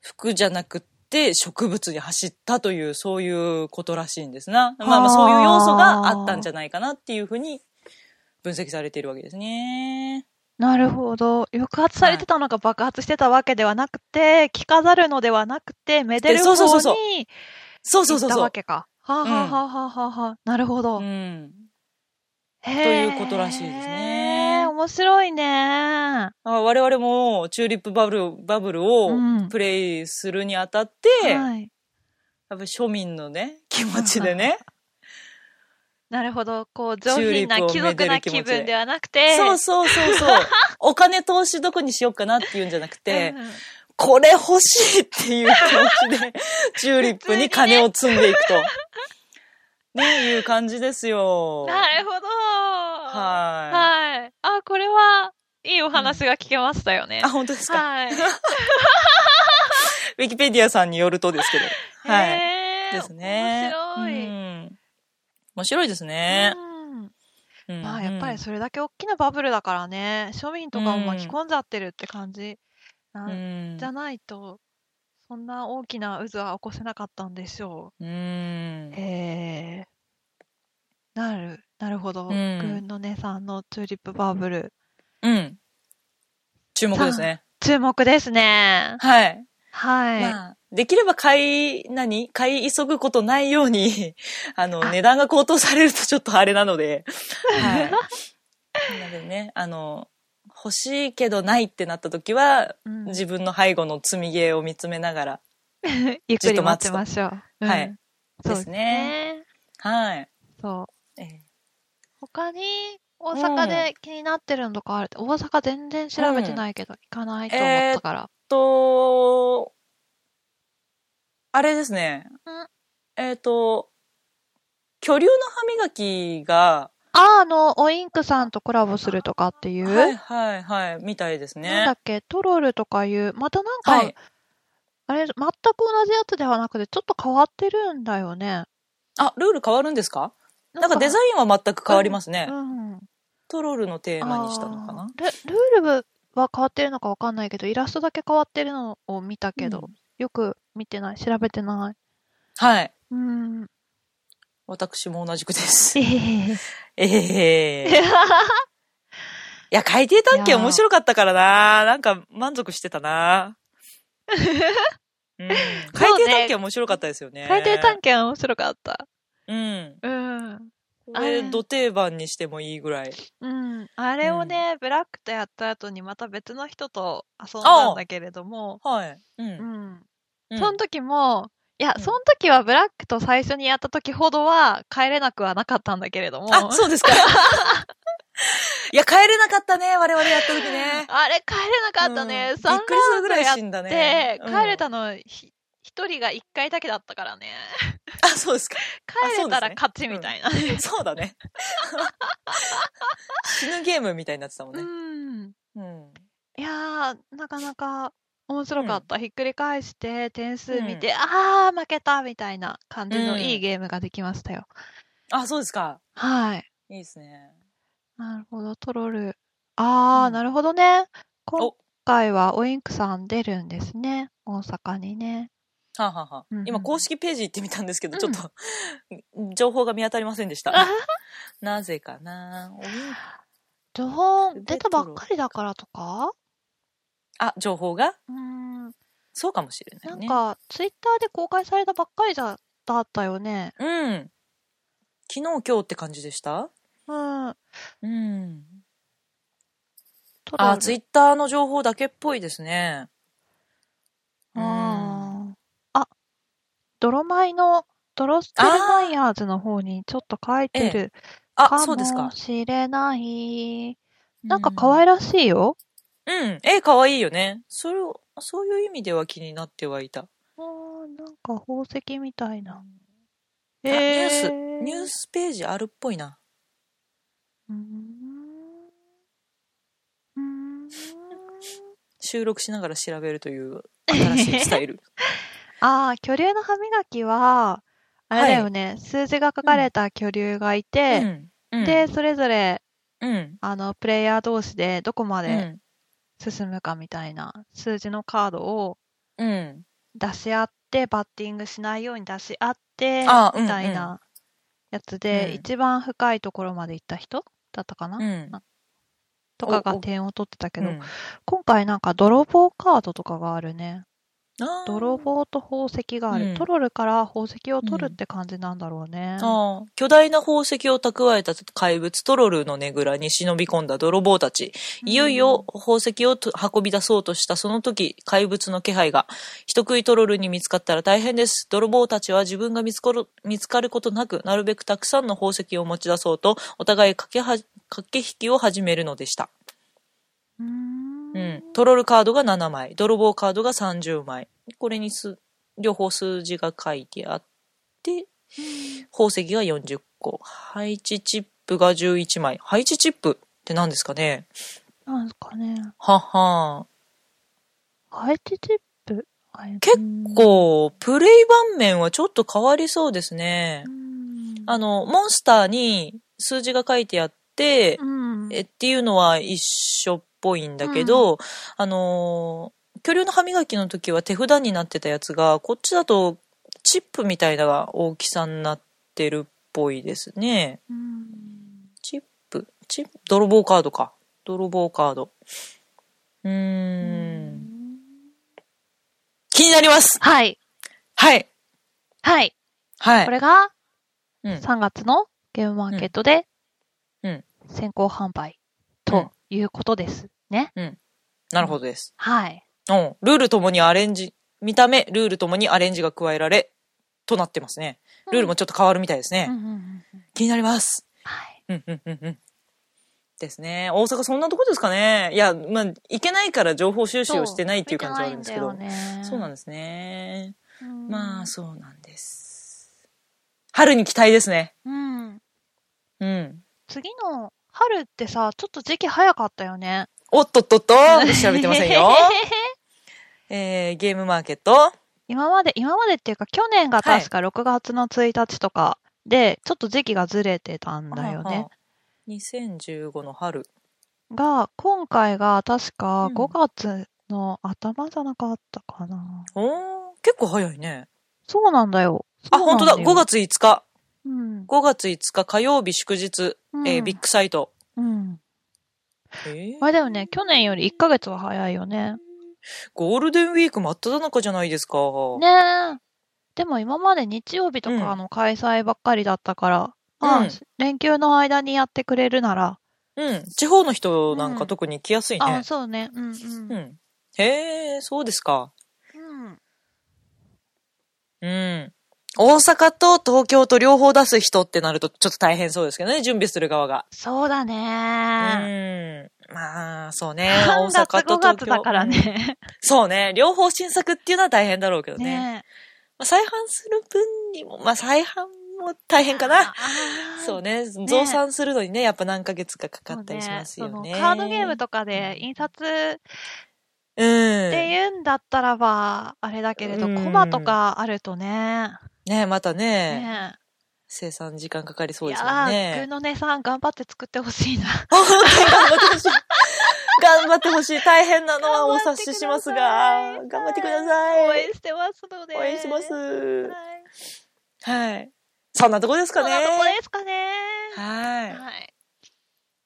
服じゃなくって植物に走ったというそういうことらしいんですな、まあ、ま
は
あ
あ
そういう要素があったんじゃないかなっていうふうに分析されているわけですね。
なるほど。抑圧されてたのが爆発してたわけではなくて、着飾るのではなくて、めでる
そうそ
方
うそうそう
に
そうそう
行っ
そう
た
そう
わ。けか。はあ、はあはあはあはあ、なるほど。
うん。
と
いうことらしいですね
面白いね。
あ我々もチューリップバブル、バブルを
うん
プレイするにあたって、やっ
はい。
ぱり庶民のね、気持ちでね。
なるほど。こう、上
ューリ
品
ッ
な
プを
貴族な
めでる気持ち
気
で
分ではなくて、
そうそうそう そう。お金投資どこにしようかなっていうんじゃなくて
う、ん
これ欲しいっていう気持ち で、チューリップに金を積んでいくと。ね、いう感じですよ。
なるほど。は
は
はい。あ、これは、いいお話が聞けましたよね
い。あ、。本当ですか
はい。
ウィキペディアさんによるとですけど。 はい。
へー
ですね。
面白い。
うん面白いですね。
うん
うん
まあやっぱりそれだけ大きなバブルだからね、庶民とかも巻き込んじゃってるって感じな
うんん
じゃないと、そんな大きな渦は起こせなかったんでしょ
うん
う。へえ。なる、なるほど。グ
ん
ーンの姉さんのチューリップバブル。
うん。注目ですね。
注目ですね。
はい。
はい。
まあ、できれば買い、何買い急ぐことないように、 あの、
あ
値段が高騰されるとちょっとあれなので、 はい。なのでね、あの、欲しいけどないってなった時は、
うん
自分の背後の積み毛を見つめながら、
ゆっ
ちょ
く
っ
り
と
待
待
ち
つと
ましょう。うん
はい。で
そうですす
ね。
ね。
はい。
そう。
ええ
他に大阪で気になってるのとかある、大阪全然調べてないけど、行かないと思ったから。
と、あれですね
うん。
えっ、と、巨竜の歯磨きが、
あ、あの、おインクさんとコラボするとかっていう、
はいはいはい、みたいです
なんだ
ね
っ。け、トロルとかいう、またなんか、
はい。
あれ、全く同じやつではなくて、ちょっと変わってるんだよね。
あ、ルール変わるんですかなんかデザ
イ
インは全く変わりますね。
うん。
トロールのテーマにしたのか
あ
な
ールルールは変わってるのかわかんないけど、イラストだけ変わってるのを見たけ
う
ど、よく見てない、調べてない。
はい。
うん。
私も同じくです。
え
ええいや、海底探
い
検
やー
面白かったからな。なんか満足してたな。うん、海底探検面白かったですよね。
海底探検は面白かった。
うん。
うん。
これ、
あー
土定番にしてもいいぐらい。
うん。あれをね、ブラックとやった後にまた別の人と遊んだんだけれども、
はい。う。
うんん。
うん
その時も、いや、
うん
その時はブラックと最初にやった時ほどは帰れなくはなかったんだけれども。
あ、そうですか。 いや、帰れなかったね。我々やった時ね。
あれ帰れなかったね。
うんび
3
っくりするぐらい
ラウ
死
ン
んだ
ド
ね
で。、帰れ
う
た
ん
のひ一人が1回だけだったからね。
あ、そう ですか。
帰れたら
そうですね
勝ちみたいな。
そうだ ね。死ぬゲームみたいになってたもん
う
ね。
ん。
うん。
いやー、なかなか面白かった。ひっくり返して、点数見て、あー、負けたみたいな感じのいい
うん
ゲームができましたよ。
あ、そうですか。
はい。
いいですね。
なるほど、トロル。あー、
うん
なるほどね。今
お
回はおインクさん出るんですね。大阪にね。
はあ、はあはあ
うんうん
今、公式ページ行ってみたんですけど、
うん
ちょっと、情報が見当たりませんでし
あ
た。
は
なぜかなおい
情報
で
出たばっかりだからとか
あ、情報が
うーん、
そうかもしれな
ないん
ね。
か、ツイッターで公開されたばっかりだだったよね。
うん。昨日、今日って感じでした
うん、
うん。
トロ
あ、
ル。
ツイッターの情報だけっぽいですね。うん。
ああ。あ、泥米の、ドロステルマイヤーズの方にちょっと書いてる
あ、
か
そうです
も
か。
しれない。なんか可愛らしいよ。
うん。絵可愛いよね。それを、そういう意味では気になってはいた。
あーなんか宝石みたいな。
あニュース
へ
ニュースページあるっぽいな。
うーん。うーん。
収録しながら調べるという新 しいスタイル。
ああ、恐竜の歯磨きは、あれだよね、数字が書かれた恐竜がいて、
うん、
で、、それぞれ、
うん。
あの、プレイヤー同士でどこま
う
で、
ん。
進むかみたいな数字のカードを
うん。
出し合ってバッティングしないように出し合って
あ
みたい
うん
なやつで、
うん
一番深いところまで行った人だったかな、
うん
とか
お
が
お
点を取ってたけ
け
ど、
ど、
今回なんか泥棒カードとかがあるね
あー
泥棒と宝石がある、
うん
トロルから宝石を取るって感じなんだろうね、
あー巨大な宝石を蓄えた怪物トロルのねぐらに忍び込んだ泥棒たち。いよいよ宝石をと運び出そうとしたその時、怪物の気配が、人食いトロルに見つかったら大変です。泥棒たちは自分が見つこる見つかることなく、なるべくたくさんの宝石を持ち出そうと、お互い駆けは駆け引きを始めるのでした。
うーん
うん、トロールカードが7枚泥棒カードが30枚これにす両方数字が書いてあって宝石が40個配置チップが11枚配置チップって何ですかね
なんですかね
はっは
配置チップ
結構、プレイ盤面はちょっと変わりそうですね。あの、モンスターに数字が書いてあって、
うん
えっていうのは一緒っぽいんだけど、あのー、恐竜の歯磨きの時は手札になってたやつが、こっちだとチップみたいな大きさになってるっぽいですね。チップ、チップ、泥棒カードか。泥棒カード。うーん。気になります
はい。
はい
はい。
はい。
これが
うん
3月のゲームマーケットで
うんうん
先行販売
うん
ということですね。
なるほどです。
はい。
うん。ルールともにアレンジ、見た目、ルールともにアレンジが加えられ、となってますね。ルールもちょっと変わるみたいですね。
うんうんうんうん
気になります。
はい。
うん、うん、うん、うん。ですね。大阪そんなとこですかね。いや、まあ、行けないから情報収集をしてないっていう感じはあるんですけど。そうなん
です。
ですね。
うん
まあ、そうなんです。春に期待ですね。
うん。
うん。
次の春ってさ、ちょっと時期早かったよね。
おっとっとっと、私調べてませ んよ。えー、ゲームマーケット。
今まで、今までっていうか、去年が確か6月の1日とかで、ちょっと時期がずれてたんだよね。。
2015の春。
が、今回が確か
うん
5月の頭じゃなかったかな。
おー結構早いね。
そうなんだよ。
あ、
そうな
本
ん
当
よ
だ。5。月5日。
うん。
5月5日火曜日祝日。えー
うん
ビッグサイト。
うん。
えー
あれだよね、去年より1ヶ月は早いよね。
ゴールデンウィーク真っ只中じゃないですか。
ねえ。でも今まで日曜日と
うん
かの開催ばっかりだったから、
うん
まあ連休の間にやってくれるなら、
うん。地方の人なん
う
か
ん
特に来やすいね
あ、。そうね、うんうん。
うん。へえ、そうですか。
うん
うん。大阪と東京と両方出す人ってなるとちょっと大変そうですけどね、準備する側が。
そうだ
う
ね。
ん。まあ、そうね。大
3月
阪と
5
東
月
京。
だからね。
そうね。両方新作っていうのは大変だろうけどね。
ね
まあ、再販する分にも、まあ、再販も大変か
あ
な。
ー
そうね。増産するのにね、やっぱ何ヶ月かかかったりしますよ
そう
ね。
ねそのカードゲームとかで印刷
うん。
っていうんだったらば、あれだけれど、
うん
コマとかあるとね。
ねまたね
ね
生産時間かかりそう
い
ですもん
やー、ぐ
ね。
のねさん頑張って作ってほしいな。
本当に頑張 ってほしい。頑張ってほしい。大変なのはお察ししますが、頑張ってくだ
応
さい
援。してますので。
応援します。
はい。
はい。そんなとこです
そ
か
ん
ね。
なとこですかね。
はい。
はい。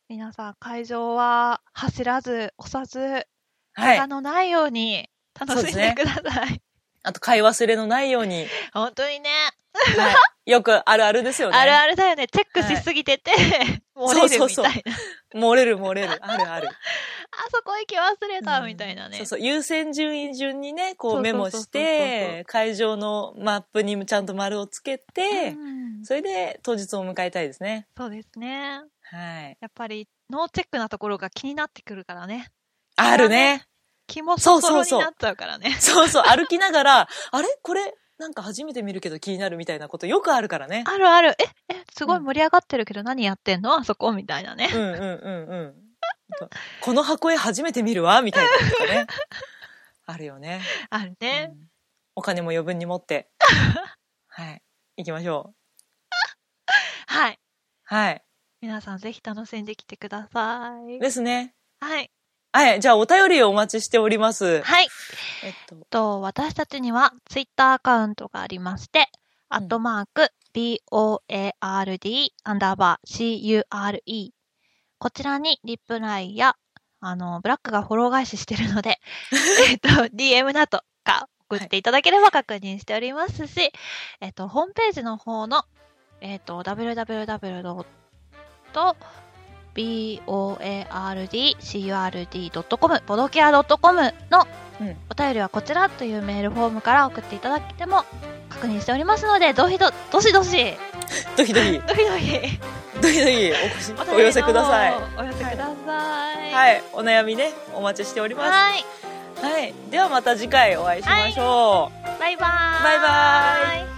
皆さん、会場は走らず、押さず、
は
他
い。
のないように楽しんでください。
あと、買い忘れのないよう に。
本当にね。
はい。よくあるあるですよね。
あるあるだよね。チェックしす ぎてて、漏れるみ
そ
た
うそう
い
そ
な。
う漏れる漏れる。ある ある。
あそこ行き忘れたみたいなね。
そうそう優先順位順にねこ
そううそ
メ
うそう
モ
そうそう
して会場のマップにちゃんと丸をつけて、
うん
それで当日を迎えたいですね
そうですね。
はい
やっぱり、ノーチェックなところが気になってくるからね。
あるね
気もそそ
そう
ろ
そうそう
になっちゃうからね。
そうそう歩きながらあれこれなんか初めて見るけど気になるみたいなことよくあるからね
あるある。え、え、すご
う
い
ん
盛り上がってるけど何やってんのあそこみたいなね
う。んうんうんうんこの箱絵初めて見るわみたいなのとかねあるよね
あるね
う。んお金も余分に持って はい行きましょう
はい。
はい
皆さんぜひ楽しんできてください。
ですね
はい。
はいじゃあお便りをお待ちしております
はい。
えっと
と、私たちにはツイッターアカウントがありまして、アットマーク、board、アンダーバー、cure。こちらにリプライや、あの、ブラックがフォロー返ししてるので、えっと、DM などか送っていただければ確認しておりますし、えっと、ホームページの方の、えっと、www.boardcurd.com、ボドキア .com の
うん
お便りはこちらというメールフォームから送っていただけても確認しておりますので、どひど、どしどし、
ドキドキ、
どひど
ド
ひ、
キドキお越しお寄せください。
お寄せください。。
はいい、お悩みね、お待ちしております。
はい。
はい、ではまた次回お会いしましょう。
バイバーイ。
バイバ
イ。